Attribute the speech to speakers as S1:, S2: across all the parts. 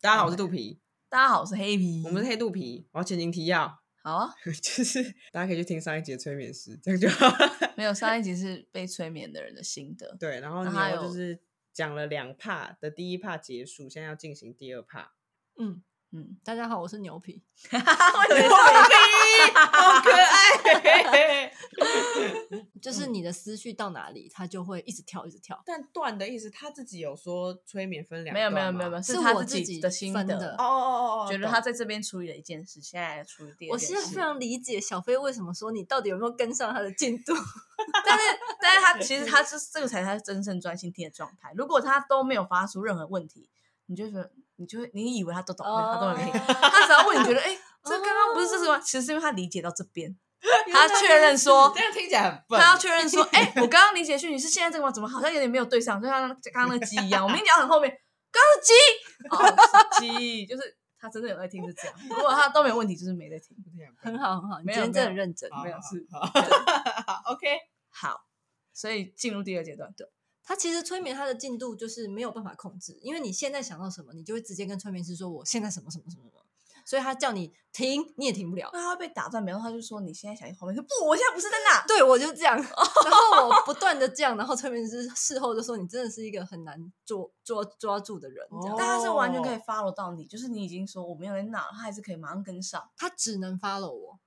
S1: 大家好，我
S2: 嗯
S1: 是肚皮，
S2: 大家好，我是黑皮，
S1: 我们是黑肚皮。我要前情提要，
S2: 好啊，
S1: 就是大家可以去听上一集的催眠师，这样就好了。
S2: 没有上一集是被催眠的人的心得，
S1: 对，然后
S2: 那还
S1: 牛
S2: 有
S1: 就是讲了两 part 的第一 part 结束，现在要进行第二 part。
S3: 嗯，
S2: 嗯，
S3: 大家好，我是牛皮。
S2: 哈哈， 为什么
S1: 好可 爱。
S3: 就是你的思绪到哪里，它就会一直跳，一直跳。
S1: 但段的意思，他自己有说催眠分两
S2: 没有没有
S1: 段吗
S2: 没有没有，
S3: 是
S2: 他
S3: 我自
S2: 己
S3: 己
S2: 的心
S3: 分
S2: 得，
S3: 的
S1: 哦哦哦哦，
S2: 觉得
S1: 懂
S2: 他在这边处理了一件事，现在来处理第二
S3: 我
S2: 件
S3: 是
S2: 事。
S3: 非常理解小飞为什么说你到底有没有跟上他的进 度。
S2: 但是，但是他其实他是这个才是他真正专心听的状态。如果他都没有发出任何问题，你就觉得你就会你以为他都懂，没有
S3: 哦
S2: 他都没听。他只要问你觉得，哎、这刚刚不是这是吗？其实是因为他理解到这边，他确认说
S1: 这样听起来很笨。
S2: 他要确认说，哎、我刚刚理解讯息是现在这个吗？怎么好像有点没有对上，就像刚刚那个鸡一样，我明明讲很后面，刚刚是鸡，哦，是鸡，就是他真的有在听是这样。如果他都没有问题，就是没在听。
S3: 很好，很好，你
S2: 没
S3: 今
S2: 有
S3: 天真的很认真。
S1: 好
S2: 没有
S1: 好
S2: 事
S1: 好好，OK，
S2: 好，所以进入第二阶段，对，
S3: 他其实催眠他的进度就是没有办法控制，因为你现在想到什么，你就会直接跟催眠师说我现在什么什么什么什么，所以他叫你停，你也停不了。
S2: 那他会被打断，没有，他就说你现在想去旁边，说不，我现在不是在那。
S3: 对我就 这样，然后我不断的这样，然后催眠师事后就说你真的是一个很难捉捉抓住的人，这样
S1: 哦
S2: 但他是完全可以 follow 到你，就是你已经说我没有在那，他还是可以马上跟上。
S3: 他只能 follow 我，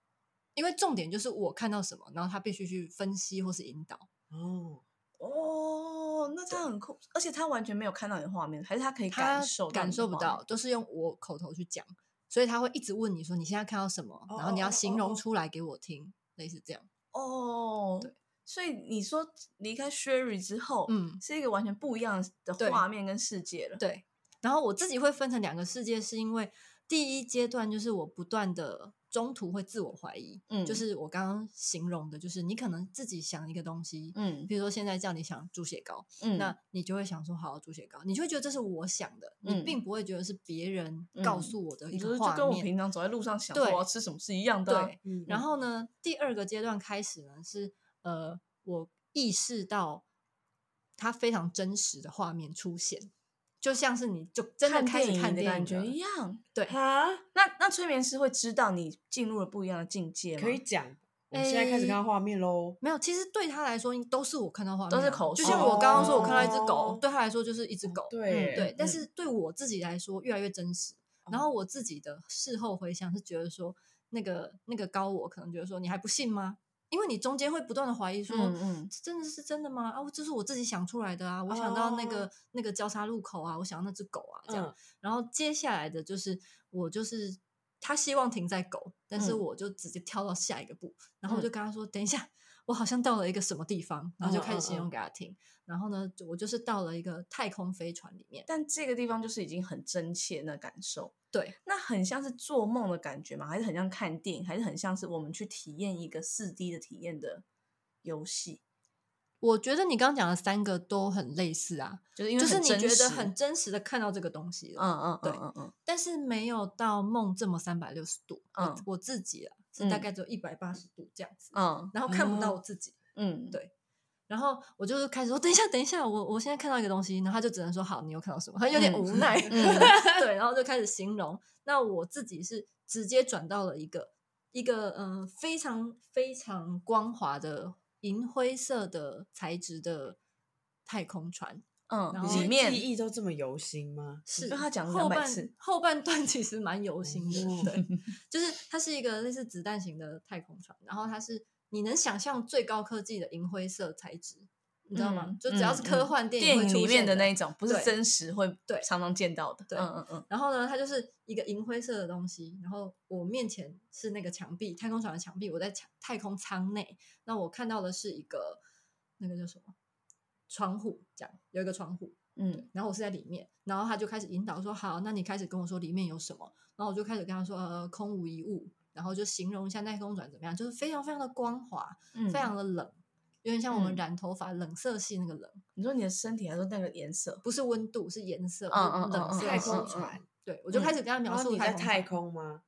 S3: 因为重点就是我看到什么，然后他必须去分析或是引导，
S1: 哦，
S2: 哦，那他很酷，而且他完全没有看到你的画面，还是他可以
S3: 他
S2: 感受到
S3: 感
S2: 你的
S3: 受不
S2: 画面
S3: 到，都是用我口头去讲，所以他会一直问你说你现在看到什么，
S1: 哦
S3: 然后你
S1: 哦
S3: 要
S1: 哦
S3: 形
S1: 哦
S3: 容出来给我听，类似这样。
S2: 哦，
S3: 对，
S2: 所以你说离开 Sherry 之后，
S3: 嗯
S2: 是一个完全不一样的
S3: 对
S2: 画面跟世界了。
S3: 对，然后我自己会分成两个世界，是因为第一阶段就是我不断的中途会自我怀疑，
S2: 嗯
S3: 就是我刚刚形容的，就是你可能自己想一个东西，
S2: 嗯
S3: 比如说现在叫你想猪血糕，
S2: 嗯，
S3: 那你就会想说好猪血糕，你就会觉得这是我想的，
S2: 嗯
S3: 你并不会觉得是别人告
S2: 嗯
S3: 诉我的
S2: 你
S3: 一
S2: 就是
S3: 个
S2: 就
S3: 画
S2: 跟我
S3: 面，
S2: 平常走在路上想说我
S3: 对
S2: 要吃什么是一样的啊。
S3: 对。
S1: 嗯
S3: 然后呢，第二个阶段开始呢是呃，我意识到它非常真实的画面出现，就像是你就真的
S2: 看
S3: 开
S2: 电
S3: 始
S2: 影
S3: 看
S2: 的
S3: 电
S2: 感
S3: 影
S2: 觉
S3: 了
S2: 一样，
S3: 对，
S1: 啊，
S2: 那那催眠师会知道你进入了不一样的境界吗？
S1: 可以，讲，我们现在开始看到
S3: 诶
S1: 画面
S2: 嗯
S1: 喽。
S3: 没有，其实对他来说都是我看到画面啊，
S2: 都是口
S3: 就
S2: 述
S3: 像我刚刚说，我看到一只狗，
S1: 哦
S3: 对他来说就是一只狗。
S1: 对
S2: 嗯
S3: 对，
S2: 嗯
S3: 但
S2: 哦
S3: 是对我自己来说越来越真实。然后我自己的事后回想是觉得说，那个那个高我可能觉得说你还不信吗？因为你中间会不断的怀疑说，
S2: 嗯嗯
S3: 这真的是真的吗？啊，这是我自己想出来的啊，我想到
S2: 哦
S3: 那个、那个交叉路口啊，我想到那只狗啊，这样。
S1: 嗯
S3: 然后接下来的就是我就是他希望停在狗，但是
S2: 嗯
S3: 我就直接跳到下一个步，然后我
S2: 嗯
S3: 就跟他说：“等一下，我好像到了一个什么地方。”然后就
S1: 嗯嗯
S3: 开始形容
S1: 嗯
S3: 给他听。然后呢，就我就是到了一个太空飞船里面，
S2: 但这个地方就是已经很真切的感受，
S3: 对，
S2: 那很像是做梦的感觉吗？还是很像看电影？还是很像是我们去体验一个四 D 的体验的游戏？
S3: 我觉得你刚刚讲的三个都很类似啊，
S2: 就是因为
S3: 就是你
S2: 真
S3: 觉得
S2: 实
S3: 很真实的看到这个东西了，
S2: 嗯嗯
S3: 对
S2: 嗯嗯嗯，
S3: 但是没有到梦这么三百六十度。
S2: 嗯
S3: 我我自己啊，是大
S2: 嗯
S3: 概只有一百八十度这样子，
S2: 嗯
S3: 然后看不到
S1: 哦
S3: 我自己。
S2: 嗯，
S3: 对然后我就是开始说等一下，等一下，我我现在看到一个东西，然后他就只能说好，你又看到什么？他有点
S2: 嗯
S3: 无 奈，
S2: 嗯
S3: 对，然后就开始形容。那我自己是直接转到了一个一个嗯、呃非常非常光滑的银灰色的材质的太空船，然
S2: 嗯，
S3: 后
S2: 里
S1: 哦记
S2: 面
S1: 忆都这么犹新吗？
S3: 是
S2: 因为他讲了200
S3: 后半
S2: 次
S3: 后半段其实蛮油心的，
S1: 哦
S3: 对，就是它是一个类似子弹型的太空船，然后它是你能想象最高科技的银灰色材质，你知道吗？
S2: 嗯
S3: 就只要是科
S2: 嗯嗯
S3: 幻电
S2: 电
S3: 会
S2: 影
S3: 出
S2: 里面
S3: 现
S2: 的那一种，不是
S3: 对
S2: 真实会
S3: 对
S2: 常常见到的。
S3: 对
S2: 嗯嗯嗯，
S3: 然后呢，它就是一个银灰色的东西，然后我面前是那个墙壁，太空船的墙壁，我在墙太空舱内，那我看到的是一个那个叫什么窗户，这样有一个窗户，
S2: 嗯，
S3: 然后我是在里面，然后他就开始引导说：“好，那你开始跟我说里面有什么。”然后我就开始跟他说：“呃，空无一物。”然后就形容一下太空船怎么样，就是非常非常的光滑，
S2: 嗯
S3: 非常的冷，有点像我们
S2: 嗯
S3: 染头发冷色系那个冷，
S2: 你说你的身体还说那个颜色，
S3: 不是温度，是颜色，
S2: 嗯嗯嗯
S3: 是冷
S2: 嗯嗯
S3: 色系。
S1: 太空船，
S3: 对，我就
S2: 嗯
S3: 开始跟他
S1: 然
S3: 描
S1: 后
S3: 述
S1: 你在
S3: 太空船
S1: 太空吗？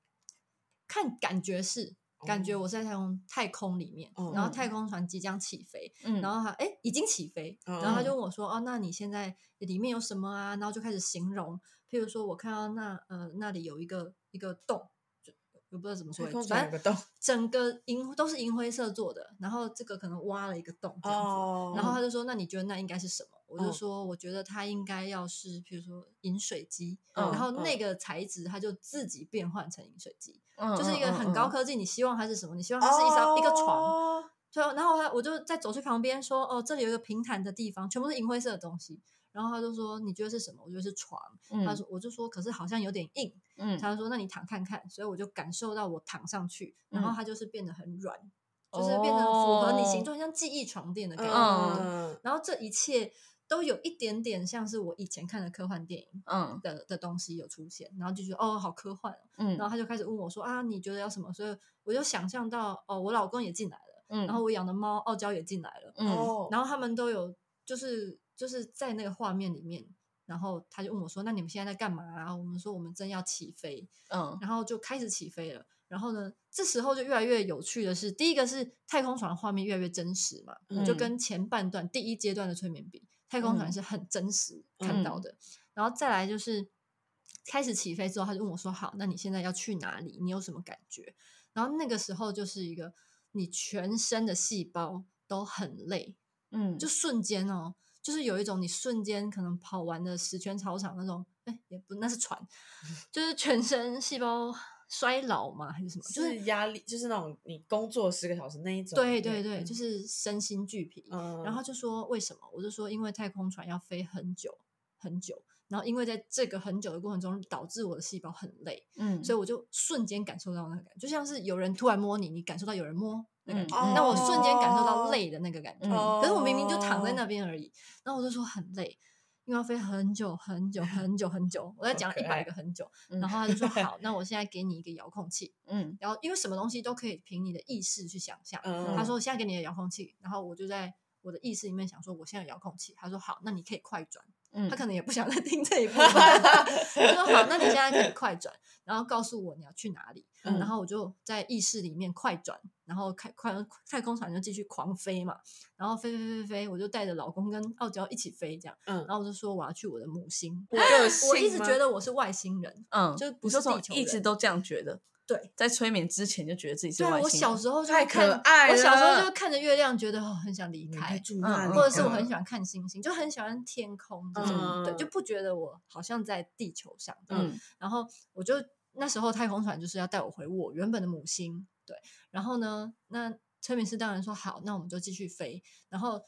S3: 看感觉是，感觉我是在太空太空里面，
S1: 哦
S3: 然后太空船即将起飞，
S2: 嗯，
S3: 然后他哎已经起飞，然后他
S1: 嗯
S3: 就问我说：“哦，那你现在里面有什么啊？”然后就开始形容，譬如说我看到那呃那里有一个一个洞，就我不知道怎么说
S1: 太空，船
S3: 反
S1: 有个
S3: 正
S1: 洞
S3: 整个银都是银灰色做的，然后这个可能挖了一个洞这样子。
S1: 哦
S3: 然后他就说：“那你觉得那应该是什么？”我就
S1: 嗯
S3: 说：“我觉得它应该要是，譬如说饮水机，
S2: 嗯
S3: 然后那
S1: 嗯
S3: 个材质它就自己变换成饮水机，
S2: 嗯
S3: 就是一个很
S2: 嗯
S3: 高
S2: 嗯
S3: 科技。你希望它是什么？你希望它是一张、一个床，
S1: 哦
S3: 对啊，然后他我就再走去旁边说，哦，这里有一个平坦的地方，全部是银灰色的东西。然后他就说，你觉得是什么？我觉得是床。
S2: 嗯
S3: 他说，我就说，可是好像有点硬。
S2: 嗯
S3: 他说，那你躺看看。所以我就感受到我躺上去，然后
S2: 嗯哦
S3: 它就是变得很软，就是变成符合你形状，像记忆床垫的感觉。对
S1: 嗯
S3: 然后这一切都有一点点像是我以前看的科幻电影
S2: 嗯
S3: 的的东西有出现，然后就觉得哦，好科幻哦。
S2: 嗯，
S3: 然后他就开始问我说啊，你觉得要什么？所以我就想象到哦，我老公也进来了。
S2: 嗯
S3: 然后我养的猫傲娇也进来了，
S2: 嗯
S1: 哦
S3: 然后他们都有就是就是在那个画面里面，然后他就问我说：“那你们现在在干嘛、啊？”我们说：“我们正要起飞。
S2: 嗯”
S3: 然后就开始起飞了。然后呢，这时候就越来越有趣的是，第一个是太空船的画面越来越真实嘛，就
S2: 嗯
S3: 跟前半段第一阶段的催眠比，太空船
S2: 嗯
S3: 是很真实看到
S2: 嗯
S3: 的。然后再来就是开始起飞之后，他就问我说：“好，那你现在要去哪里？你有什么感觉？”然后那个时候就是一个你全身的细胞都很累，
S2: 嗯，
S3: 就瞬间哦，就是有一种你瞬间可能跑完了十圈操场那种，哎，也不那是船，就是全身细胞衰老嘛还是什么，就
S1: 就是是压力，就是那种你工作十个小时那一种
S3: 对
S1: 累。
S3: 对对，就是是身心俱疲。
S1: 嗯，
S3: 然后他就说为什么？我就说因为太空船要飞很久很久，然后因为在这个很久的过程中导致我的细胞很累，
S2: 嗯，
S3: 所以我就瞬间感受到那个感觉，就像是有人突然摸你，你感受到有人摸的感觉，
S2: 嗯
S3: 那我瞬间感受到
S1: 哦
S3: 累的那个感觉。
S2: 嗯
S3: 可是我明明就躺在那边而已，然后我就说很累，因为要飞很久很久很久很久，我在
S1: 好
S3: 讲了
S1: 可
S3: 一百
S1: 爱
S3: 个很久，
S2: 嗯
S3: 然后他就说好，那我现在给你一个遥控器，
S2: 嗯
S3: 然后因为什么东西都可以凭你的意识去想象，
S1: 嗯，
S3: 他说我现在给你的遥控器，然后我就在我的意识里面想说我现在有遥控器，他说好，那你可以快转。
S2: 嗯，
S3: 他可能也不想再听这一部分。他说好，那你现在可以快转，然后告诉我你要去哪里，
S1: 嗯
S3: 然后我就在意识里面快转，然后开快太空船就继续狂飞嘛，然后飞飞飞飞飞，我就带着老公跟傲娇一起飞这样，
S1: 嗯
S3: 然后我就说我要去我的母星，
S1: 我就有信
S3: 我一直
S1: 吗
S3: 觉得我是外星人，
S2: 嗯，
S3: 就不
S2: 你说
S3: 是地
S2: 从
S3: 球
S2: 一直
S3: 人
S2: 都这样觉得，
S3: 对。
S2: 在催眠之前就觉得自己是
S3: 对啊，
S2: 外
S3: 我
S2: 星
S3: 小
S2: 人
S3: 时候就
S1: 太
S3: 会看
S1: 可爱
S3: 我小时候就
S1: 了
S3: 会看着月亮，觉得哦很想离
S1: 你
S3: 开
S1: 还，住那
S2: 嗯
S1: 里，
S3: 或者是我
S2: 嗯
S3: 很 喜欢看星星，就很喜欢天空这种，对，
S1: 嗯
S3: 就不觉得我好像在地球上。
S2: 嗯
S3: 然后我就那时候太空船就是要带我回我原本的母星，对。然后呢，那催眠师当然说好，那我们就继续飞。然后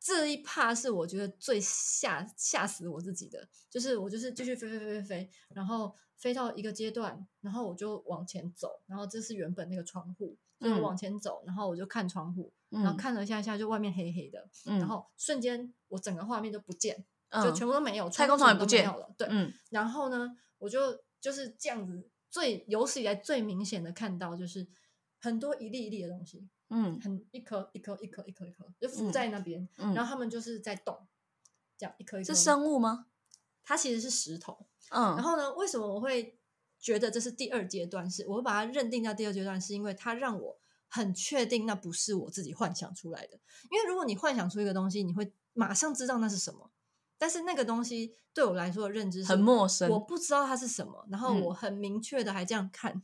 S3: 这一趴是我觉得最吓吓死我自己的，就是我就是继续飞飞飞飞飞，然后飞到一个阶段，然后我就往前走，然后这是原本那个窗户，所以我
S2: 嗯
S3: 往前走，然后我就看窗户，
S2: 嗯，
S3: 然后看了一下下，就外面黑黑的，
S2: 嗯，
S3: 然后瞬间我整个画面都不见，
S2: 嗯
S3: 就全部都没有，
S2: 太
S3: 窗
S2: 空
S3: 户
S2: 船
S3: 什
S2: 也
S3: 么
S2: 不
S3: 都没
S2: 见
S3: 有了，对，
S2: 嗯
S3: 然后呢，我就就是这样子最有史以来最明显的看到，就是很多一粒一粒的东西，
S2: 嗯
S3: 很一颗一颗一颗一颗一颗，就
S2: 嗯
S3: 浮在那边，
S2: 嗯，
S3: 然
S2: 后
S3: 后他们就是在动，这样一颗一颗。
S2: 是生物吗？
S3: 它其实是石头。
S2: 嗯，
S3: 然后呢，为什么我会觉得这是第二阶段？是我会把它认定在第二阶段，是因为它让我很确定那不是我自己幻想出来的。因为如果你幻想出一个东西，你会马上知道那是什么。但是那个东西对我来说的认知是
S2: 很陌生，
S3: 我不知道它是什么，然后
S2: 嗯
S3: 我很明确的还这样看，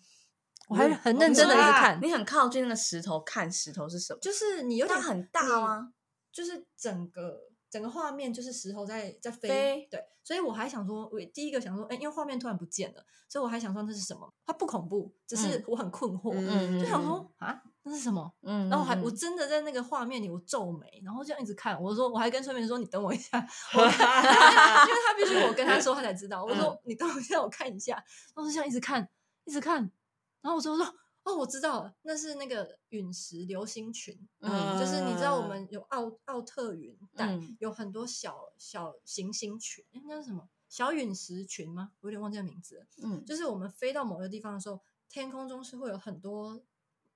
S1: 嗯
S3: 我还很
S1: 我
S3: 认
S1: 不
S3: 真的一
S1: 知道
S3: 直
S1: 啊
S3: 看，
S2: 你很靠近那个石头看石头是什么，
S3: 就是你有
S2: 它
S3: 点嗯
S2: 很大
S3: 你
S2: 吗？
S3: 就是整个整个画面就是石头在在飞，
S2: 飞
S3: 对，所以我还想说，我第一个想说，哎、因为画面突然不见了，所以我还想说那是什么？它不恐怖，只是
S2: 嗯
S3: 我很困惑，
S1: 嗯
S3: 就想说啊，那是什么？
S2: 嗯，
S3: 然后我还
S2: 嗯
S3: 我
S2: 嗯
S3: 真的在那个画面里，我皱眉，然后这样一直看。我说我还跟春明说，你等我一下，我看 因为他必须我跟他说，他才知道。我
S2: 嗯
S3: 说你等我一下，我看一下。然后就这样一直看，一直看。然后我说我说哦，我知道了，那是那个陨石流星群，
S2: 嗯
S3: 就是你知道我
S1: 嗯
S3: 们有奥奥特云带，
S2: 嗯
S3: 有很多小小行星群，诶那是什么？小陨石群吗？我有点忘记了名字了。
S2: 嗯
S3: 就是我们飞到某个地方的时候，天空中是会有很多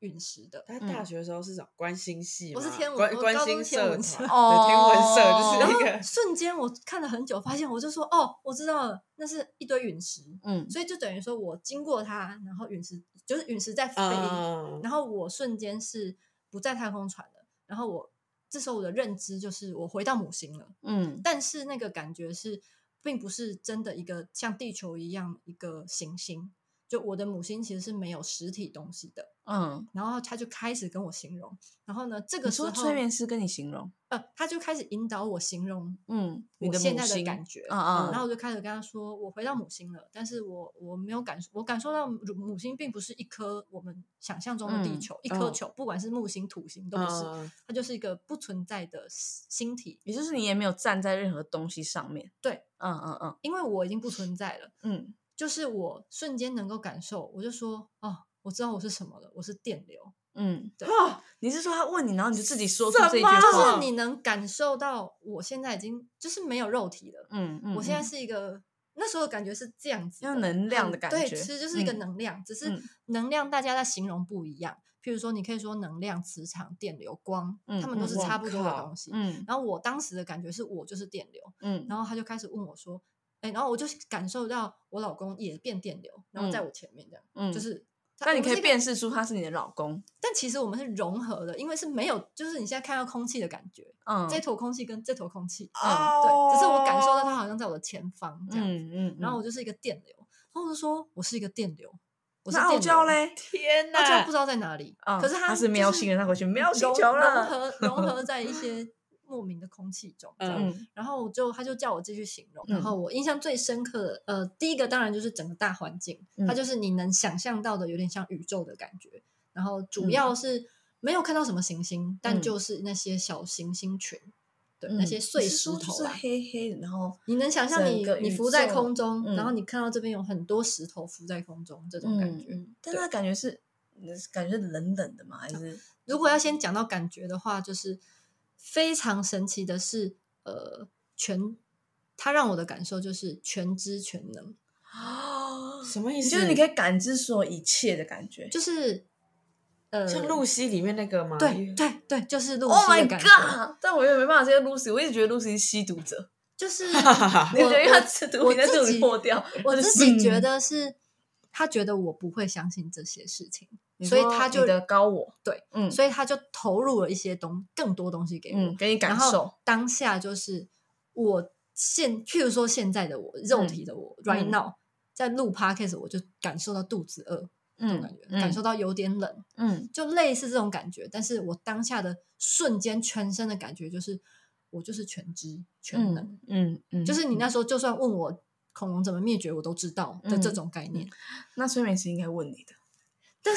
S3: 陨石的。
S1: 他
S2: 嗯
S1: 大学的时候是什么关心系吗？
S3: 我是天文
S1: 关
S3: 我
S1: 关
S3: 高
S1: 心
S3: 中天
S1: 社团，
S3: 文社
S1: 对天文社
S2: 哦
S1: 就是
S3: 然
S1: 一
S3: 后
S1: 个
S3: 瞬间我看了很久，发现我就说哦，我知道了，那是一堆陨石，
S2: 嗯，
S3: 所以就等于说我经过它，然后陨石就是陨石在飞，
S1: 嗯，
S3: 然后我瞬间是不在太空船了，然后我这时候我的认知就是我回到母星了，
S2: 嗯
S3: 但是那个感觉是并不是真的一个像地球一样一个行星，就我的母星其实是没有实体东西的。
S2: 嗯，
S3: 然后他就开始跟我形容，然后呢，这
S2: 你
S3: 个时候
S2: 说催眠师跟你形容，
S3: 呃，他就开始引导我形容
S2: 嗯，你
S3: 我
S2: 的
S3: 现
S2: 母
S3: 在的
S2: 星
S3: 感觉，
S2: 嗯嗯
S3: 然后我就开始跟他说，我回到母星了，但是我我没有感受，我感受到母母星并不是一颗我们想象中的地
S2: 嗯
S3: 球，一颗
S1: 嗯
S3: 球，不管是木星、土星都不是，
S1: 嗯
S3: 它就是一个不存在的星体，
S2: 也就是你也没有站在任何东西上面，
S3: 对，
S2: 嗯嗯嗯
S3: 因为我已经不存在了，
S2: 嗯，
S3: 就是我瞬间能够感受，我就说，哦，我知道我是什么了，我是电流，
S2: 嗯，
S3: 对
S1: 啊
S2: 你是说他问你，然后你就自己说出
S1: 什
S2: 这一句
S1: 么
S2: 话？
S3: 就是你能感受到我现在已经就是没有肉体了，
S2: 嗯，嗯，
S3: 我现在
S2: 嗯
S3: 是一个那时候感觉是这样子的，
S2: 要能量
S3: 很
S2: 的感
S3: 对，
S2: 觉
S3: 其实就是一个
S2: 嗯
S3: 能量，只是
S2: 嗯
S3: 能量大家在形容不一样。譬如说，你可以说能量、磁场、电流、光，它
S2: 嗯
S3: 们都
S2: 嗯
S3: 是
S1: 哇
S3: 差不多的
S1: 靠
S3: 东西。
S2: 嗯
S3: 然后我当时的感觉是我就是电流，
S2: 嗯，
S3: 然后他就开始问我说：“哎、然后我就感受到我老公也变电流，然后在
S2: 嗯
S3: 我前面这样，
S2: 嗯
S3: 就是他。
S2: 那你
S3: 我
S2: 可
S3: 们是
S2: 以
S3: 一个
S2: 辨识出他是你的老公，
S3: 但其实我们是融合的，因为是没有，就是你现在看到空气的感觉，
S2: 嗯，
S3: 这坨空气跟这坨空气，
S2: 嗯
S3: 对，只是我感受到它好像在我的前方这样子。
S2: 嗯嗯，
S3: 然后我
S2: 就
S3: 就是一个电流，然后我就说我是一个电流，我是
S2: 嗯那傲
S3: 电
S2: 娇
S3: 流，
S2: 嘞，
S1: 天
S3: 傲娇
S1: 哪
S3: 不知！道在哪里，
S2: 嗯
S3: 可是它
S2: 他是
S3: 就
S2: 喵星人，他回去喵星
S3: 融
S2: 球
S3: 融
S2: 了，
S3: 合融合在 一些莫名的空气中，这样
S1: 嗯
S2: 嗯
S3: 然后我就他就叫我继续形容，
S2: 嗯
S3: 然后我印象最深刻的，呃，第一个当然就是整个大环境，
S2: 嗯
S3: 它就是你能想象到的，有点像宇宙的感觉。然后
S2: 嗯
S3: 主要是没有看到什么行星，但就是那些小行星群，对，
S2: 嗯
S3: 那些碎
S2: 你是
S3: 石
S2: 说
S3: 头
S2: 就是
S3: 啊。
S2: 黑黑的，然后
S3: 你能想象你
S2: 整个宇
S3: 你浮在空中，
S2: 宙嗯
S3: 然后你看到这边有很多石头浮在空中这种感觉。
S2: 嗯，嗯但他感觉是感觉冷冷的嘛，还 是
S3: 如果要先讲到感觉的话，就是非常神奇的是，呃，全它让我的感受就是全知全能，
S2: 啊？
S1: 什么意
S2: 你
S1: 思？
S2: 就是你可以感知所有一切的感觉，
S3: 就是呃，
S1: 像露西里面那个吗？
S3: 对对对，就是露
S2: Oh
S3: 西
S2: my
S3: 的感觉
S2: god！但我又没办法接受 Lucy，我一直觉得 Lucy 是吸毒者，
S3: 就是
S2: 你觉
S3: 我
S2: 得因为他吃毒
S3: 我
S2: 品在这
S3: 自
S2: 里
S3: 己
S2: 破掉，
S3: 我
S2: 他就
S3: 自己觉
S2: 嗯
S3: 得是，他觉得我不会相信这些事情，
S2: 你
S3: 所以
S2: 说
S3: 他
S2: 你
S3: 就
S2: 的高我，
S3: 对，
S2: 嗯
S3: 所以他就投入了一些东更多东西给我，
S2: 嗯，给你感
S3: 然后
S2: 受，
S3: 当下就是我现，譬如说现在的我，肉体的我、r i g
S2: 嗯
S3: h t now，在录 podcast 我就感受到肚子饿这种感觉，
S2: 嗯
S3: 感受到有点冷，
S2: 嗯
S3: 就类似这种感觉。但是我当下的瞬间全身的感觉就是，我就是全知全能，
S2: 嗯嗯嗯，
S3: 就是你那时候就算问我恐龙怎么灭绝，我都知道的
S2: 嗯
S3: 这种概念。
S2: 那催眠师应该问你的，
S3: 但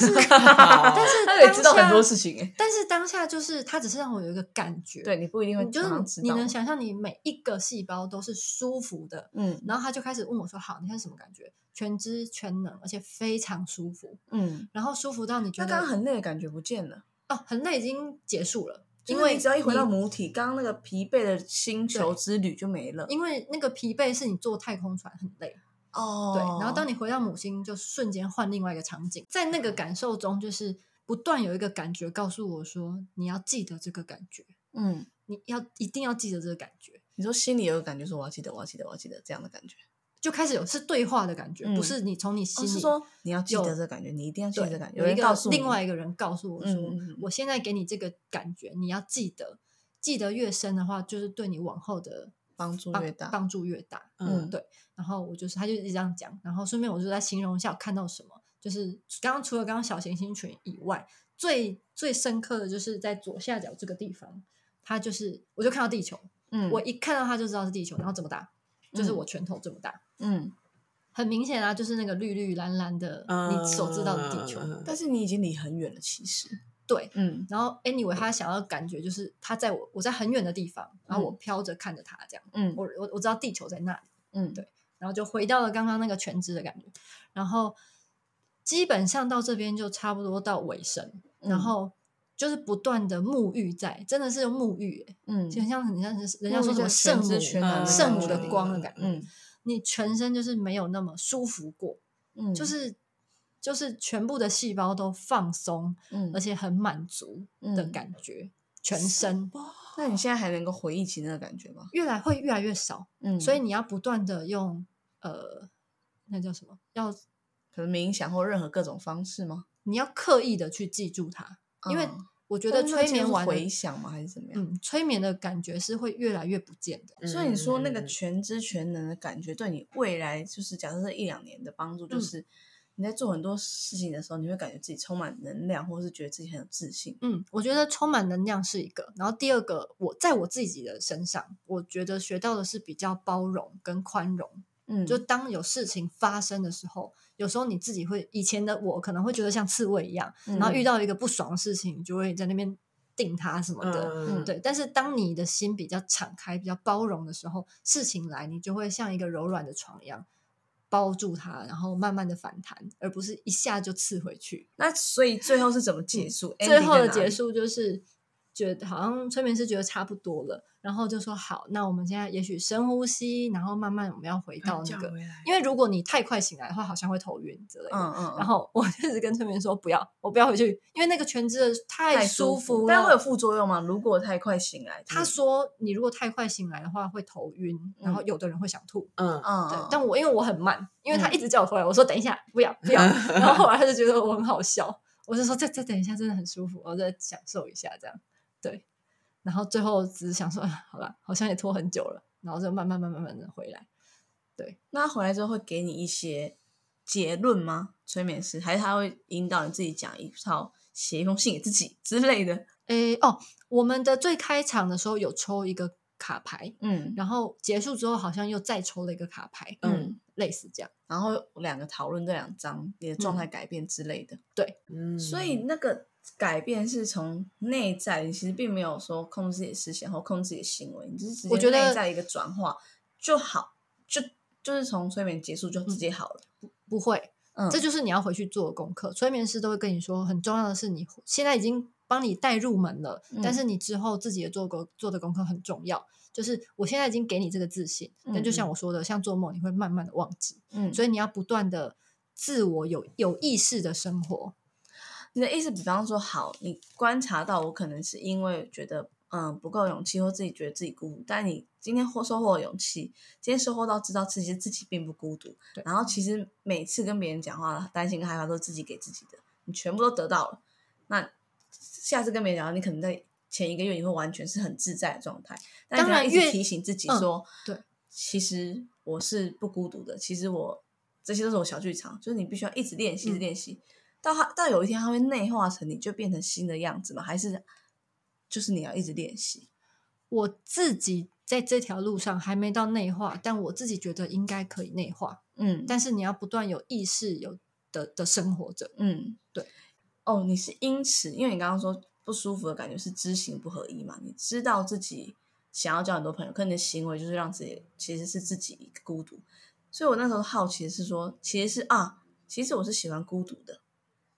S3: 是
S1: 好
S3: 但是
S2: 他也知道
S3: 当下
S2: 很多事情哎，
S3: 但是当下就是它只是让我有一个感觉，
S2: 对你不一定会
S3: 你就
S2: 马上
S3: 是
S2: 知
S3: 你
S2: 道
S3: 能，想象你每一个细胞都是舒服的，
S2: 嗯
S3: 然后他就开始问我说：“好，你看什么感觉？全知全能，而且非常舒服，
S2: 嗯，
S3: 然后舒服到你觉
S2: 那
S3: 得
S2: 刚刚很累的感觉不见了，
S3: 哦，很累已经结束了，
S2: 就
S3: 因
S2: 是
S3: 为
S2: 你只要一回到
S3: 你
S2: 母体，刚刚那个疲惫的星球之旅就没了，
S3: 因为那个疲惫是你坐太空船很累，
S2: 哦，
S3: 对，然后当你回到母星，就瞬间换另外一个场景，在那个感受中，就是不断有一个感觉告诉我说，你要记得这个感觉，
S2: 嗯。
S3: 你要一定要记得这个感觉。”
S2: 你说心里有个感觉，说我要记得，我要记得，我要记得这样的感觉，
S3: 就开始有是对话的感觉，
S2: 嗯
S3: 不是你从你
S2: 哦，
S3: 心里、
S2: 是说你要记得
S3: 有
S2: 这个感觉，你一定要记得
S3: 对
S2: 这个感觉。
S3: 有
S2: 人
S3: 一个
S2: 告诉你
S3: 另外一个人告诉我说，
S2: 嗯嗯嗯
S3: 我现在给你这个感觉，你要记得，记得越深的话，就是对你往后的
S2: 帮助
S3: 帮
S2: 越大，
S3: 帮助越大。
S1: 嗯
S2: 嗯
S3: 对然后我就是，他就一直这样讲，然后顺便我就在形容一下我看到什么，就是刚刚除了刚刚小行星群以外，最最深刻的就是在左下角这个地方，它就是我就看到地球，
S2: 嗯，
S3: 我一看到它就知道是地球，然后这么大，就是
S2: 嗯
S3: 我拳头这么大，
S2: 嗯，
S3: 很明显啊，就是那个绿绿蓝蓝的，
S1: 嗯，
S3: 你所知道的地球。
S1: 嗯嗯嗯
S2: 但是你已经离很远了，其实，
S3: 对，
S2: 嗯
S3: 然后 anyway，他想要感觉就是他在我我在很远的地方，然后我飘着看着他这样，
S2: 嗯
S3: 我我我知道地球在那里，
S2: 嗯，
S3: 对然后就回到了刚刚那个全知的感觉，然后基本上到这边就差不多到尾声，
S2: 嗯
S3: 然后就是不断的沐浴在，真的是用沐浴、欸，
S2: 嗯
S3: 就很像很像是人家
S2: 沐浴
S3: 说什
S2: 在全
S3: 么圣
S2: 知
S3: 母
S2: 全能
S1: 的
S3: 圣
S1: 感
S3: 母的
S1: 觉
S3: 光的感觉，
S2: 嗯
S3: 你全身就是没有那么舒服过，
S2: 嗯，
S3: 就是就是全部的细胞都放松，
S2: 嗯
S3: 而且很满足的
S2: 嗯
S3: 感觉，全身
S2: 那你现在还能够回忆起那个感觉吗？
S3: 越来会越来越少，
S2: 嗯
S3: 所以你要不断的用呃，那叫什么？要
S2: 可能冥想或任何各种方式吗？
S3: 你要刻意的去记住它，因为
S2: 嗯
S3: 我觉得
S2: 但是那
S3: 催
S2: 个
S3: 眠
S2: 是
S3: 完了
S2: 回想吗？还是怎么样？
S3: 嗯，催眠的感觉是会越来越不见的。
S2: 所以你说那个
S1: 嗯
S2: 全知全能的感觉，对你未来就是假设这一两年的帮助，就
S3: 嗯
S2: 是你在做很多事情的时候，你会感觉自己充满能量，或是觉得自己很有自信。
S3: 嗯，我觉得充满能量是一个，然后第二个，我在我自己的身上，我觉得学到的是比较包容跟宽容。
S2: 嗯
S3: 就当有事情发生的时候，有时候你自己会，以前的我可能会觉得像刺猬一样，
S2: 然
S3: 然后遇到一个不爽的事情，你就会在那边定它什么
S1: 嗯
S3: 的。
S1: 嗯嗯
S3: 对，但是当你的心比较敞开、比较包容的时候，事情来你就会像一个柔软的床一样包住它，然后慢慢的反弹，而不是一下就刺回去。
S2: 那所以最后是怎么结束？
S3: 嗯最
S2: Ending
S3: 后的
S2: 在哪里
S3: 结，束就是觉得好像催眠师觉得差不多了，然后就说好，那我们现在也许深呼吸，然后慢慢我们要
S2: 啊
S3: 回到那
S1: 叫
S3: 个，
S1: 回来
S3: 因为如果你太快醒来的话，好像会头晕之类的。
S2: 嗯嗯，
S3: 然后我就一直跟催眠说不要，我不要回去，因为那个全职的太
S2: 太
S3: 舒
S2: 服
S3: 服了。
S2: 但会有副作用吗？如果太快醒来，
S3: 他
S2: 就是
S3: 说，你如果太快醒来的话，会头晕，然后有的人会想吐。
S1: 嗯
S2: 嗯，
S3: 对
S2: 嗯，
S3: 但我因为我很慢，因为他
S2: 嗯
S3: 一直叫我回来，我说等一下，不要不 要。然后后来他就觉得我很好笑，我就说再再等一下，真的很舒服，我再享受一下这样。对，然后最后只是想说，啊好了，好像也拖很久了，然后就慢慢慢慢慢的回来。
S2: 那他回来之后会给你一些结论吗？催眠师还是他会引导你自己讲一套写一封信给自己之类的？
S3: 诶哦，我们的最开场的时候有抽一个卡牌，
S2: 嗯
S3: 然后结束之后好像又再抽了一个卡牌，
S2: 嗯。
S3: 类似这样。
S2: 然后两个讨论这两张你的状态改变之类的，
S1: 嗯，
S2: 所以那个改变是从内在，你其实并没有说控制自己的思想或控制自己的行为，你就是直
S3: 我
S2: 接
S3: 觉得
S2: 内在一个转化就好，就就是从催眠结束就直接好了。
S3: 不会，
S2: 嗯，
S3: 这就是你要回去做的功课。催眠师都会跟你说，很重要的是你现在已经帮你带入门了，
S2: 嗯
S3: 但是你之后自己的做功做的功课很重要。就是我现在已经给你这个自信，但就像我说的，像做梦你会慢慢的忘记，
S2: 嗯，所
S3: 所
S2: 以
S3: 以你要不断的自我有有意识的生活。
S2: 你的意思，比方说，好，你观察到我可能是因为觉得嗯不够勇气，或自己觉得自己孤独，但你今天获收获了勇气，今天收获到知道其实自己并不孤独
S3: 对，
S2: 然后其实每次跟别人讲话，担心跟害怕都是自己给自己的，你全部都得到了。那下次跟别人讲话，你可能在前一个月你会完全是很自在的状态，但
S3: 当然
S2: 你要一
S3: 越
S2: 直提醒自己
S3: 嗯
S2: 说，
S3: 对，
S2: 其实我是不孤独的，其实我这些都是我小剧场，就是你必须要一直练习，一直
S3: 嗯
S2: 练习。到它到有一天它会内化成你，就变成新的样子吗？还是就是你要一直练习？
S3: 我自己在这条路上还没到内化，但我自己觉得应该可以内化。
S2: 嗯
S3: 但是你要不断有意识有的的生活着。
S2: 嗯，
S3: 对。
S2: 哦，你是因此，因为你刚刚说不舒服的感觉是知行不合一嘛？你知道自己想要交很多朋友，可你的行为就是让自己其实是自己一个孤独。所以我那时候好奇的是说，其实是啊，其实我是喜欢孤独的，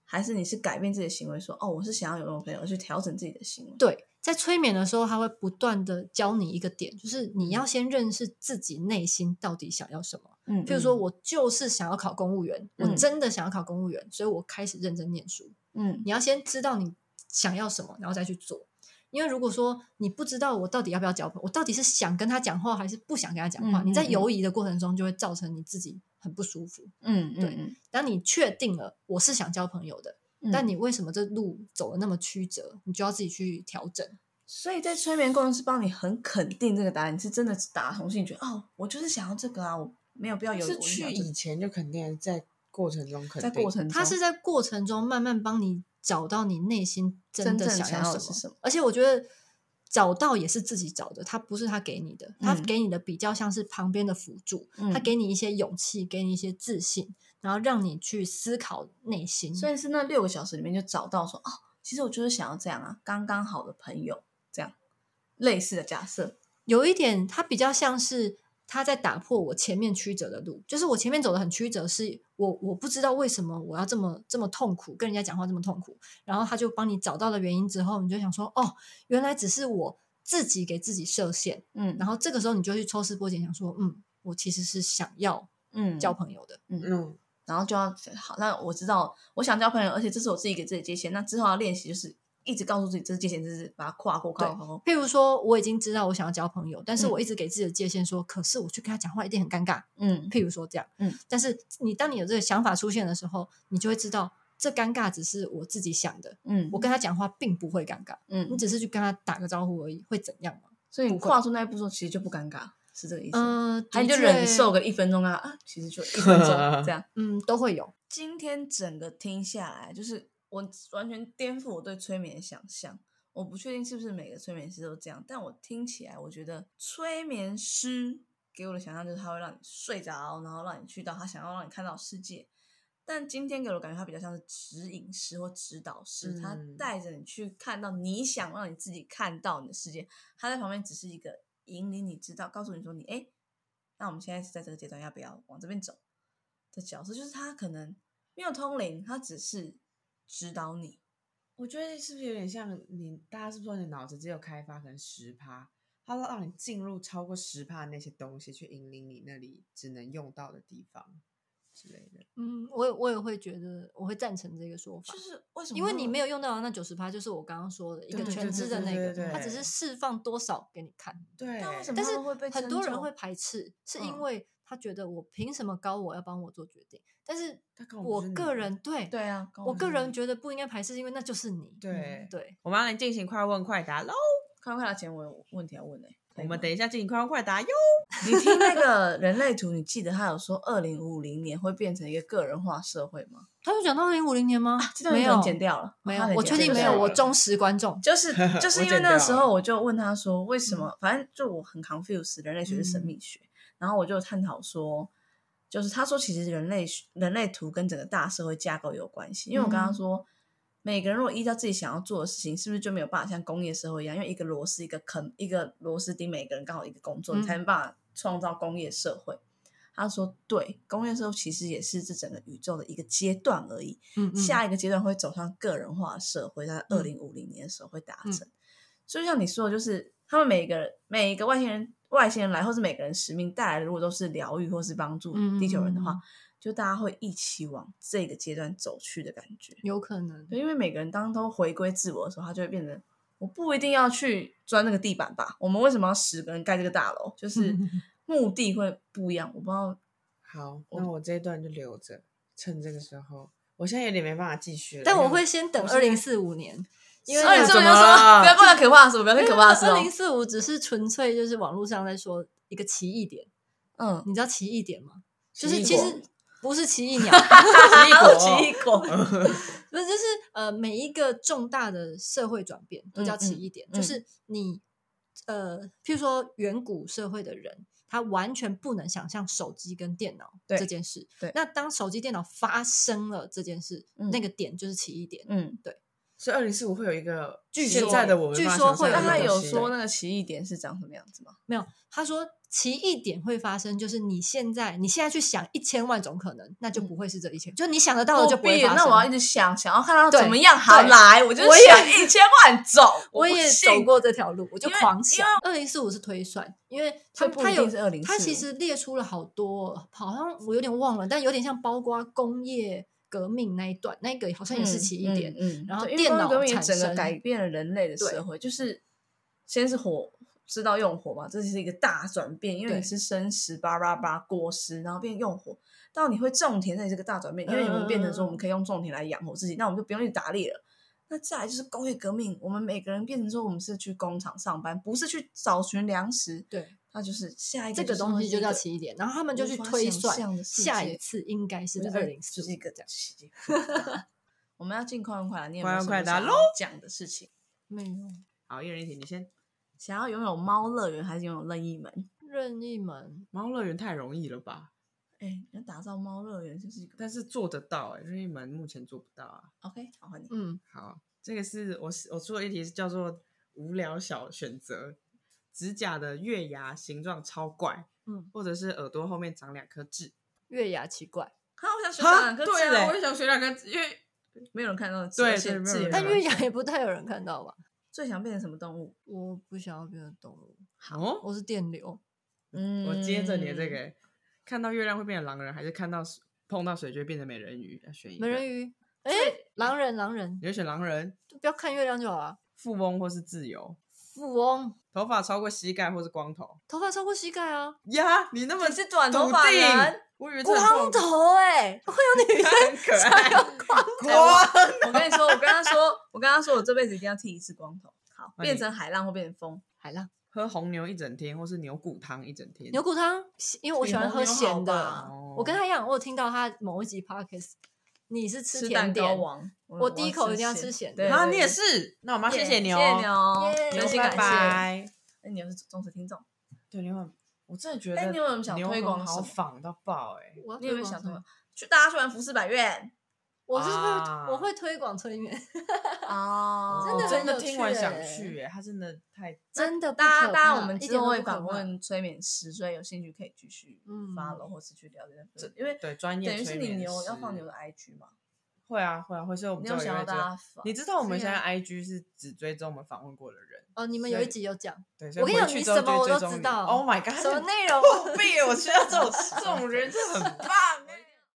S2: 还是你是改变自己的行为说，哦，我是想要有那种朋友，而去调整自己的行为？
S3: 对，在催眠的时候，他会不断的教你一个点，就是你要先认识自己内心到底想要什么。
S2: 嗯
S3: 譬如说，，我就是想要考公务员，
S2: 嗯
S3: 我真的想要考公务员，所以我开始认真念书。
S2: 嗯
S3: 你要先知道你想要什么，然后再去做。因为如果说你不知道我到底要不要交朋友，我到底是想跟他讲话还是不想跟他讲话，
S2: 嗯
S3: 你在
S2: 嗯嗯
S3: 犹疑的过程中就会造成你自己很不舒服。
S2: 嗯
S3: 对
S2: 嗯
S3: 当你确定了我是想交朋友的，
S2: 嗯
S3: 但你为什么这路走的那么曲折，你就要自己去调整。
S2: 所以在催眠过程是帮你很肯定这个答案，你是真的打从心里觉得哦，我就是想要这个啊，我没有必要有
S1: 是
S2: 我想
S1: 去
S2: 要这
S1: 以前就肯定，在过程中肯
S2: 个在
S1: 定，
S2: 过程中，
S3: 他是在过程中慢慢帮你找到你内心真的
S2: 真正
S3: 想
S2: 想要的
S3: 什么。
S2: 是什么
S3: 而且我觉得找到也是自己找的，他不是他给你的，他
S2: 嗯
S3: 给你的比较像是旁边的辅助，他
S2: 嗯
S3: 给你一些勇气，给你一些自信，然后让你去思考内心。
S2: 所以是那六个小时里面就找到说哦，其实我就是想要这样啊，刚刚好的朋友这样类似的假设，
S3: 有一点，它比较像是他在打破我前面曲折的路，就是我前面走的很曲折，是我我不知道为什么我要这么这么痛苦，跟人家讲话这么痛苦，然后他就帮你找到了原因之后，你就想说，哦，原来只是我自己给自己设限，
S2: 嗯
S3: 然后这个时候你就去抽丝剥茧，想说，嗯，我其实是想要
S2: 嗯
S3: 交朋友的，
S1: 嗯，
S2: 然后就要好，那我知道我想交朋友，而且这是我自己给自己的界限，那之后要练习就是一直告诉自己这是界限，就是把它跨过，跨过，跨过。
S3: 譬如说，我已经知道我想要交朋友，但是
S2: 嗯
S3: 我一直给自己的界限说，可是我去跟他讲话一定很尴尬。
S2: 嗯，
S3: 譬如说这样，
S2: 嗯，
S3: 但是你当你有这个想法出现的时候，你就会知道这尴尬只是我自己想的，
S2: 嗯，
S3: 我跟他讲话并不会尴尬，你
S2: 嗯，
S3: 只是去跟他打个招呼而已，会怎样吗？
S2: 所以你跨出那一步之后，其实就不尴尬，是这个意思。
S3: 嗯，
S2: 呃还有你
S3: 的
S2: 就
S3: 确
S2: 忍受，个一分钟啊，啊，其实就一分 钟这样。
S3: 嗯，都会有。
S2: 今天整个听下来，就是我完全颠覆我对催眠的想象。我不确定是不是每个催眠师都这样，但我听起来，我觉得催眠师给我的想象就是他会让你睡着，然后让你去到他想要让你看到的世界。但今天给我的感觉，他比较像是指引师或指导师，他
S1: 嗯
S2: 带着你去看到你想让你自己看到你的世界，他在旁边只是一个引领你知道，告诉你说你哎、诶那我们现在是在这个阶段，要不要往这边走的角色，就是他可能没有通灵，他只是指导你。
S1: 我觉得是不是有点像你？大家是不是说你脑子只有开发可能十趴，它让你进入超过十趴的那些东西，去引领你那里只能用到的地方之类的。
S3: 嗯，我也我也会觉得，我会赞成这个说法
S2: 就，是为什么会？
S3: 因为你没有用到的那九十趴，就是我刚刚说的一个
S1: 对对
S3: 全
S1: 对
S3: 知的那
S1: 对
S3: 个
S1: 对对，
S3: 它只是释放多少给你看。
S1: 对，
S2: 但为什么
S3: 但
S2: 他
S3: 是
S2: 们会被
S3: 很
S2: 称
S3: 多人
S2: 重
S3: 会排斥，是因
S2: 嗯
S3: 为他觉得我凭什么高我要帮我做决定？但是
S1: 他
S2: 哦
S1: 根本不
S3: 我
S1: 是你
S3: 个人对
S2: 对啊，跟
S3: 我个
S2: 们
S3: 人觉得不应该排斥，是因为那就是你。嗯
S1: 对
S3: 对，
S1: 我们要来进行快问快答喽！
S2: 看不看到前我有问题要问哎、
S1: 我们等一下进行快问快答哟。
S2: 你听那个人类图，你记得他有说二零五零年会变成一个个人化社会吗？
S3: 他有讲到二零五零年吗？
S2: 啊这段
S3: 没
S2: 有可能
S3: 有，
S2: 剪掉了，
S3: 没
S2: 哦
S3: 有
S2: 他，得
S3: 我
S2: 剪
S3: 确
S2: 掉
S3: 定没
S1: 这
S3: 有，
S1: 个
S3: 我
S1: 是
S3: 忠实观 众。
S2: 就是就是因为那个时
S1: 我剪掉
S2: 候，
S1: 了嗯
S2: 我就问他说为什么？反正就我很 confused，人类学是神秘学，然后我就探讨说，就是他说其实人类学人类图跟整个大社会架构有关系，因为我
S1: 嗯
S2: 刚刚说。每个人如果依照自己想要做的事情，是不是就没有办法像工业社会一样，因为一个螺丝一个坑，一个螺丝钉，每个人刚好一个工作，
S3: 嗯
S2: 你才能办法创造工业社会。他说：“对，工业社会其实也是这整个宇宙的一个阶段而已。
S3: 嗯
S2: 下一个阶段会走向个人化社会，在二零五零年的时候会达
S3: 嗯
S2: 成。所以像你说的，就是他们每个人每一个外星人外星人来，或是每个人使命带来的，如果都是疗愈或是帮助
S3: 嗯
S2: 地球人的话，
S3: 嗯嗯
S2: 就大家会一起往这个阶段走去的感觉。
S3: 有可能。
S2: 对，因为每个人当都回归自我的时候，他就会变成我不一定要去钻那个地板吧？我们为什么要十个人盖这个大楼？
S3: 嗯
S2: 就是目的会不一样。我不知道，
S1: 好，那我这一段就留着，趁这个时候，我现在有点没办法继续了。
S3: 但
S1: 因为
S3: 我会先等
S1: 我
S3: 二
S1: 现在
S3: 零四 五年，因为
S2: 二零四五
S1: 怎
S2: 就
S1: 么
S2: 说
S1: 了
S2: 不要过来可怕的事，不要再可怕的事
S3: 二
S2: 哦。
S3: 零四五只是纯粹就是网络上在说一个奇异点，
S2: 嗯，
S3: 你知道奇异点吗？就
S1: 奇
S3: 是
S1: 异
S3: 其
S1: 果
S3: 实不是奇异 鸟，
S1: 奇异果哦
S2: 奇异果，
S3: 不是，就是呃，每一个重大的社会转变都叫
S2: 嗯
S3: 起
S2: 嗯
S3: 一点，
S2: 嗯
S3: 就是你呃，譬如说远古社会的人，他完全不能想象手机跟电脑
S2: 对
S3: 这件事。
S2: 对
S3: 那当手机、电脑发生了这件事，
S2: 嗯
S3: 那个点就是起一点。
S2: 嗯，
S1: 所以二零四五会有一个
S3: 据
S1: 现
S3: 说
S1: 在的我们
S3: 据
S1: 发
S3: 说
S1: 想
S3: 会
S1: 象
S2: 那
S1: 的
S2: 他有
S1: 东西
S2: 说那个奇异点是长什么样子吗？
S3: 没有，他说奇异点会发生，就是你现在你现在去想一千万种可能，那就不会是这一千，就你想得到的就不会
S2: 必，
S3: 发
S2: 嗯
S3: 生。
S2: 那我要一直想，想要看到
S3: 对
S2: 怎么样好
S3: 对
S2: 来，我就
S3: 我也
S2: 想一千万种，
S3: 我
S2: 不
S3: 也
S2: 信
S3: 走过这条路，我就
S2: 因为
S3: 狂想。二零四五是推算，因为
S2: 所
S3: 它
S2: 以不
S3: 它
S2: 一
S3: 有
S2: 定是2045
S3: 它其实列出了好多，好像我有点忘了，但有点像包括工业革命那一段，那个好像也是起一点。
S2: 嗯，嗯
S3: 然后
S2: 对因为
S3: 电
S2: 工业
S3: 脑
S2: 革命也
S3: 产
S2: 整个
S3: 生
S2: 改变了人类的
S3: 对
S2: 社会，就是先是火，知道用火嘛，这是一个大转变，因为
S3: 对
S2: 你是生食巴拉巴果实，然后变用火，到你会种田，那也是个大转变，因为我们变成说
S3: 嗯嗯嗯嗯
S2: 我们可以用种田来养活自己，那我们就不用去打猎了。那再来就是工业革命，我们每个人变成说我们是去工厂上班，不是去找寻粮食，
S3: 对，
S2: 那就是下一
S3: 这
S2: 个
S3: 个东西就叫
S2: 奇
S3: 起一点，然后他们就去推算下一次应该是在二零四
S2: 就
S3: 五
S2: 是一个
S3: 这样。
S2: 奇迹。 我们要尽快问快答，你有没
S1: 快
S2: 有
S1: 问
S2: 什
S1: 快
S2: 么
S1: 答
S2: 想
S1: 喽
S2: 要讲的事情？
S3: 没有
S1: 好，一人一题，你先。
S2: 想要拥有猫乐园还是拥有任意门？
S3: 任意门，
S1: 猫乐园太容易了吧？
S2: 哎、你要打造猫乐园就是一个
S1: 但是做得到哎、欸，任意门目前做不到啊。
S2: OK，好换你。
S3: 嗯，
S1: 好，这个是我是我出的一题是叫做无聊小选择，指甲的月牙形状超怪，
S3: 嗯，
S1: 或者是耳朵后面长两颗痣。
S3: 月牙奇怪，
S2: 好，我想学两颗
S1: 对
S2: 痣
S3: 欸
S1: 啊，
S2: 哎
S1: 我也，想学两颗痣，因为
S2: 没有人看到的痣，
S1: 对
S2: 而且
S1: 对没有
S2: 痣也
S1: 人
S2: 没
S3: 但
S1: 看
S2: 有
S1: 到
S3: 月
S2: 人
S3: 牙
S2: 看
S3: 也不太有人看到吧？
S2: 最想变成什么动物？
S3: 我不想要变成动物，
S1: 哦，
S3: 我是电流。
S2: 嗯
S1: 我接着你的这个欸、看到月亮会变成狼人，还是看到碰到水就会变成美人鱼，要选一个
S3: 美人，鱼，
S2: 哎
S3: 哎，狼人，狼人
S1: 你，会选狼人、
S3: 就不要看月亮就好啊了。
S1: 富翁或是自由，
S3: 富翁，
S1: 头发超过膝盖或是光头。
S3: 头发超过膝盖啊，
S1: 呀，你那么
S2: 你是短
S1: 笃
S2: 头发
S1: 定
S2: 人，
S1: 我以为这很
S3: 光
S1: 痛苦，
S3: 头哎，会有女生
S1: 他很可爱，
S2: 光
S1: 光
S2: 我跟你说，我跟他说，我跟他说，我这辈子一定要剃一次光头，好，
S1: 那
S2: 变
S1: 你
S2: 成海浪或变成风。
S3: 海浪
S1: 喝红牛一整天，或是牛骨汤一整天。
S3: 牛骨汤，因为我喜欢喝咸的。
S1: 哦
S3: 我跟他一样，我有听到他某一集 podcast，你是吃
S2: 吃
S3: 甜
S2: 蛋糕
S3: 点，
S2: 王，
S3: 我第一口一定要
S2: 咸
S3: 吃咸
S2: 对
S3: 的
S1: 啊，
S2: 对
S1: 你也
S2: 对
S1: 是。那我们要谢
S2: 耶
S1: 谢牛，
S2: 啊谢哦谢牛
S3: 耶，
S2: 真
S1: 牛
S2: 心
S1: 拜
S2: 感谢。
S1: 拜。
S2: 那你又是忠实听众，
S1: 对牛很，我真的觉得
S2: 哎你有没有想
S1: 牛
S2: 推
S1: 很
S2: 广
S1: 好
S2: 什么
S1: 仿到爆哎、
S3: 我要
S2: 你有没有
S3: 推
S2: 想
S3: 广什
S2: 什
S3: 么
S2: 么？去大家去玩服饰百院
S3: 我是
S1: 啊
S3: 会我会推广催眠，
S2: 哦
S3: 真的
S1: 真
S3: 很
S1: 的
S3: 有
S1: 听
S3: 趣
S1: 完想
S3: 欸
S1: 去哎、他真的太
S3: 真的不
S2: 大家，
S3: 可
S2: 大家，
S3: 怕
S2: 我们
S3: 一
S2: 之
S3: 点
S2: 后
S3: 都
S2: 会
S3: 不可
S2: 访
S3: 怕
S2: 问催眠师，所以有兴趣可以继续
S3: 嗯
S2: follow 或是去了解
S1: 这
S2: 这个，因为
S1: 对专业
S2: 等于是
S1: 催
S2: 你
S1: 眠
S2: 牛要放
S1: 师
S2: 牛的 IG 嘛，
S1: 会啊会啊会，所以我们
S2: 你
S1: 之
S2: 有
S1: 后也
S2: 想
S1: 会
S2: 要大
S1: 追
S2: 家访
S1: 你知 道我们
S3: 是
S1: 现在
S3: 啊
S1: IG 是只追踪我们访问过的人，
S3: 哦，你们
S1: 所
S3: 有一
S1: 以
S3: 集 有讲，
S1: 对，所以
S3: 我跟你
S1: 回
S3: 讲，
S1: 去
S3: 你
S1: 之后
S3: 什
S1: 就会
S3: 么我
S1: 追
S3: 都
S1: 踪
S3: 知
S1: 你
S3: 道。
S1: Oh my god，
S3: 什么内容？
S1: 破壁！我知道这种这种人真的很棒欸。